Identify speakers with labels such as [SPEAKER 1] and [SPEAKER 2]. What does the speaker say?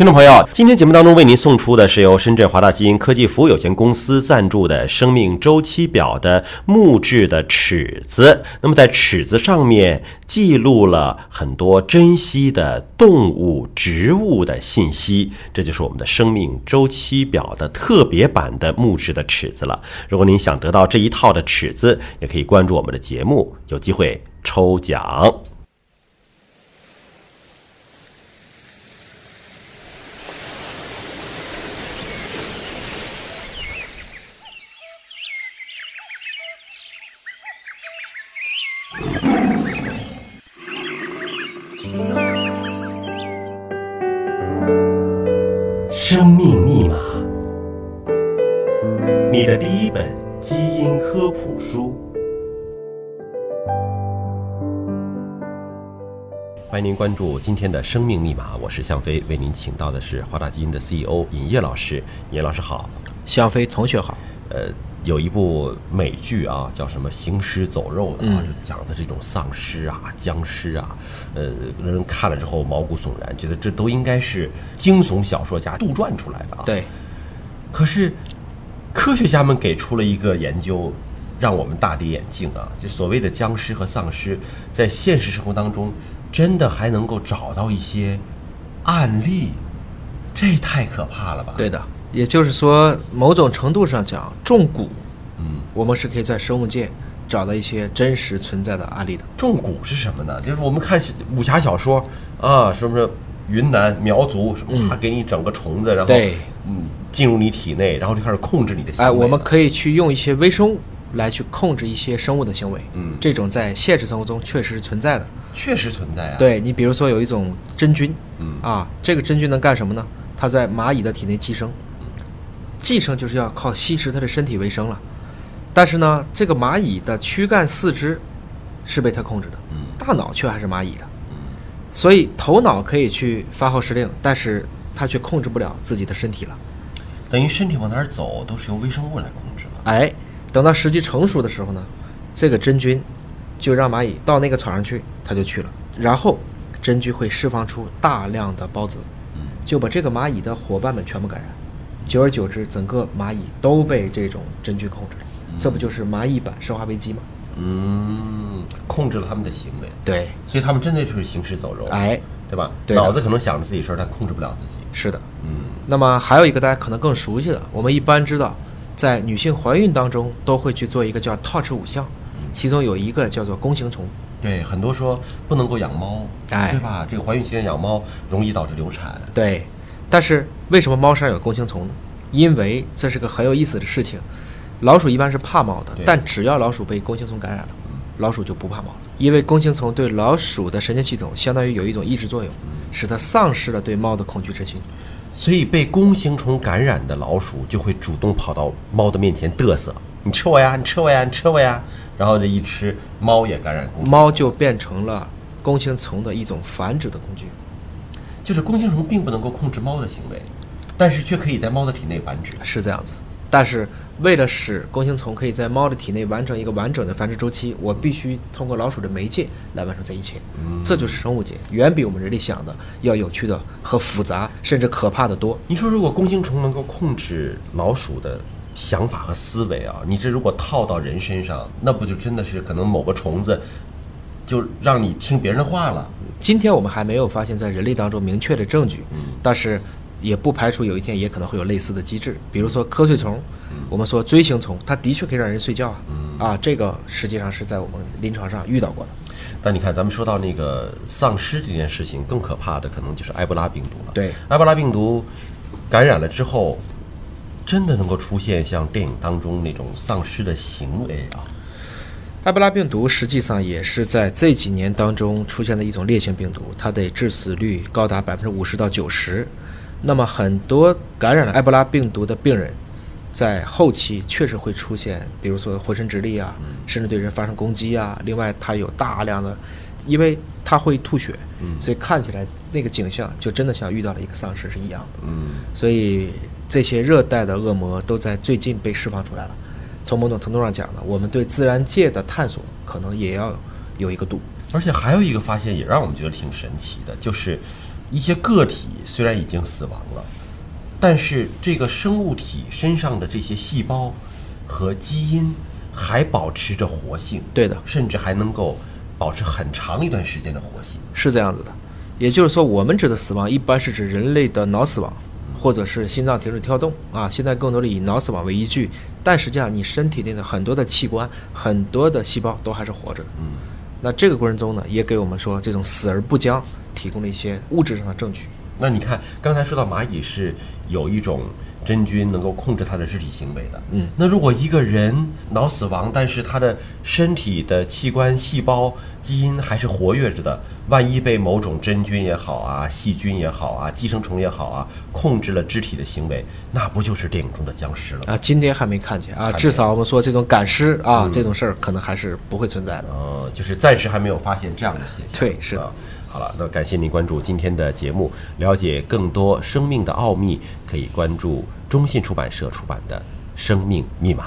[SPEAKER 1] 听众朋友，今天节目当中为您送出的是由深圳华大基因科技服务有限公司赞助的生命周期表的木质的尺子。那么在尺子上面记录了很多珍稀的动物、植物的信息，这就是我们的生命周期表的特别版的木质的尺子了。如果您想得到这一套的尺子，也可以关注我们的节目，有机会抽奖。生命密码，你的第一本基因科普书。欢迎您关注今天的《生命密码》，我是向飞，为您请到的是华大基因的 CEO 尹烨老师。尹烨老师好，
[SPEAKER 2] 向飞同学好，
[SPEAKER 1] 呃，有一部美剧啊，叫什么《行尸走肉》的啊，就讲的这种丧尸啊、僵尸啊，呃，让人看了之后毛骨悚然，觉得这都应该是惊悚小说家杜撰出来的啊。
[SPEAKER 2] 对，
[SPEAKER 1] 可是，科学家们给出了一个研究，让我们大跌眼镜啊！就所谓的僵尸和丧尸，在现实生活当中，真的还能够找到一些案例，这太可怕了吧？
[SPEAKER 2] 对的，也就是说，某种程度上讲，中蛊，嗯，我们是可以在生物界找到一些真实存在的案例的。
[SPEAKER 1] 中蛊是什么呢？就是我们看武侠小说啊，什么云南苗族什么，他给你整个虫子，然后
[SPEAKER 2] 嗯对
[SPEAKER 1] 嗯进入你体内，然后就开始控制你的行为
[SPEAKER 2] 哎，
[SPEAKER 1] 了。
[SPEAKER 2] 我们可以去用一些微生物来去控制一些生物的行为。
[SPEAKER 1] 嗯
[SPEAKER 2] 这种在现实生活中确实是存在的。
[SPEAKER 1] 确实存在啊。，
[SPEAKER 2] 对你，比如说有一种真菌，
[SPEAKER 1] 嗯
[SPEAKER 2] 啊，这个真菌能干什么呢？它在蚂蚁的体内寄生，
[SPEAKER 1] 嗯
[SPEAKER 2] 寄生就是要靠吸食它的身体为生了。但是呢，这个蚂蚁的躯干、四肢是被它控制的，
[SPEAKER 1] 嗯
[SPEAKER 2] 大脑却还是蚂蚁的，所以头脑可以去发号施令，但是它却控制不了自己的身体了。
[SPEAKER 1] 等于身体往哪儿走都是由微生物来控制了。
[SPEAKER 2] 哎，等到时机成熟的时候呢，这个真菌就让蚂蚁到那个草上去，它就去了。然后真菌会释放出大量的孢子，就把这个蚂蚁的伙伴们全部感染。久而久之，整个蚂蚁都被这种真菌控制了。这不就是蚂蚁版生化危机吗？
[SPEAKER 1] 嗯，控制了他们的行为，
[SPEAKER 2] 对，
[SPEAKER 1] 所以他们真的就是行尸走肉，
[SPEAKER 2] 哎，
[SPEAKER 1] 对吧？
[SPEAKER 2] 对的
[SPEAKER 1] 脑子可能想着自己事儿，但控制不了自己。
[SPEAKER 2] 是的。
[SPEAKER 1] 嗯，
[SPEAKER 2] 那么还有一个大家可能更熟悉的，我们一般知道，在女性怀孕当中都会去做一个叫 TORCH 五项，其中有一个叫做弓形虫。
[SPEAKER 1] 对，很多说不能够养猫，
[SPEAKER 2] 哎
[SPEAKER 1] 对吧？这个怀孕期间养猫容易导致流产。
[SPEAKER 2] 对，但是为什么猫身上有弓形虫呢？因为这是个很有意思的事情。老鼠一般是怕猫的
[SPEAKER 1] 对，
[SPEAKER 2] 但只要老鼠被弓形虫感染了，老鼠就不怕猫了，因为弓形虫对老鼠的神经系统相当于有一种抑制作用，使它丧失了对猫的恐惧之心。
[SPEAKER 1] 所以被弓形虫感染的老鼠就会主动跑到猫的面前嘚瑟：“你吃我呀，你吃我呀，你吃我呀！”然后这一吃，猫也感染弓，
[SPEAKER 2] 猫就变成了弓形虫的一种繁殖的工具。
[SPEAKER 1] 就是弓形虫并不能够控制猫的行为，但是却可以在猫的体内繁殖。
[SPEAKER 2] 是这样子。但是为了使弓形虫可以在猫的体内完成一个完整的繁殖周期，我必须通过老鼠的媒介来完成这一切。这就是生物界，远比我们人类想的要有趣的和复杂，甚至可怕的多。
[SPEAKER 1] 你说，如果弓形虫能够控制老鼠的想法和思维啊，你这如果套到人身上，那不就真的是可能某个虫子就让你听别人的话了？
[SPEAKER 2] 今天我们还没有发现在人类当中明确的证据，但是也不排除有一天也可能会有类似的机制，比如说瞌睡虫，我们说锥形虫，它的确可以让人睡觉啊，啊，这个实际上是在我们临床上遇到过的。
[SPEAKER 1] 但你看，咱们说到那个丧尸这件事情，更可怕的可能就是埃博拉病毒了。
[SPEAKER 2] 对，
[SPEAKER 1] 埃博拉病毒感染了之后，真的能够出现像电影当中那种丧尸的行为啊？
[SPEAKER 2] 埃博拉病毒实际上也是在这几年当中出现的一种烈性病毒，它的致死率高达百分之五十到九十。那么很多感染了埃博拉病毒的病人，在后期确实会出现，比如说浑身直立啊，甚至对人发生攻击啊。另外，它有大量的，因为它会吐血，所以看起来那个景象就真的像遇到了一个丧尸是一样的。
[SPEAKER 1] 嗯，
[SPEAKER 2] 所以这些热带的恶魔都在最近被释放出来了。从某种程度上讲呢，我们对自然界的探索可能也要有一个度。
[SPEAKER 1] 而且还有一个发现也让我们觉得挺神奇的，就是一些个体虽然已经死亡了，但是这个生物体身上的这些细胞和基因还保持着活性，
[SPEAKER 2] 对的，
[SPEAKER 1] 甚至还能够保持很长一段时间的活性。
[SPEAKER 2] 是这样子的。也就是说，我们指的死亡一般是指人类的脑死亡，或者是心脏停止跳动啊。现在更多的以脑死亡为依据，但实际上你身体内的很多的器官、很多的细胞都还是活着的。
[SPEAKER 1] 嗯，
[SPEAKER 2] 那这个过程中呢，也给我们说这种死而不僵提供了一些物质上的证据。
[SPEAKER 1] 那你看，刚才说到蚂蚁是有一种真菌能够控制它的肢体行为的。
[SPEAKER 2] 嗯，
[SPEAKER 1] 那如果一个人脑死亡，但是他的身体的器官、细胞、基因还是活跃着的，万一被某种真菌也好啊、细菌也好啊、寄生虫也好啊控制了肢体的行为，那不就是电影中的僵尸了吗？
[SPEAKER 2] 啊，今天还没看见啊，
[SPEAKER 1] 没
[SPEAKER 2] 至少我们说这种赶尸啊，这种事儿可能还是不会存在的。
[SPEAKER 1] 呃，就是暂时还没有发现这样的现象。
[SPEAKER 2] 对是的
[SPEAKER 1] 啊好了，那感谢您关注今天的节目，了解更多生命的奥秘，可以关注中信出版社出版的《生命密码》。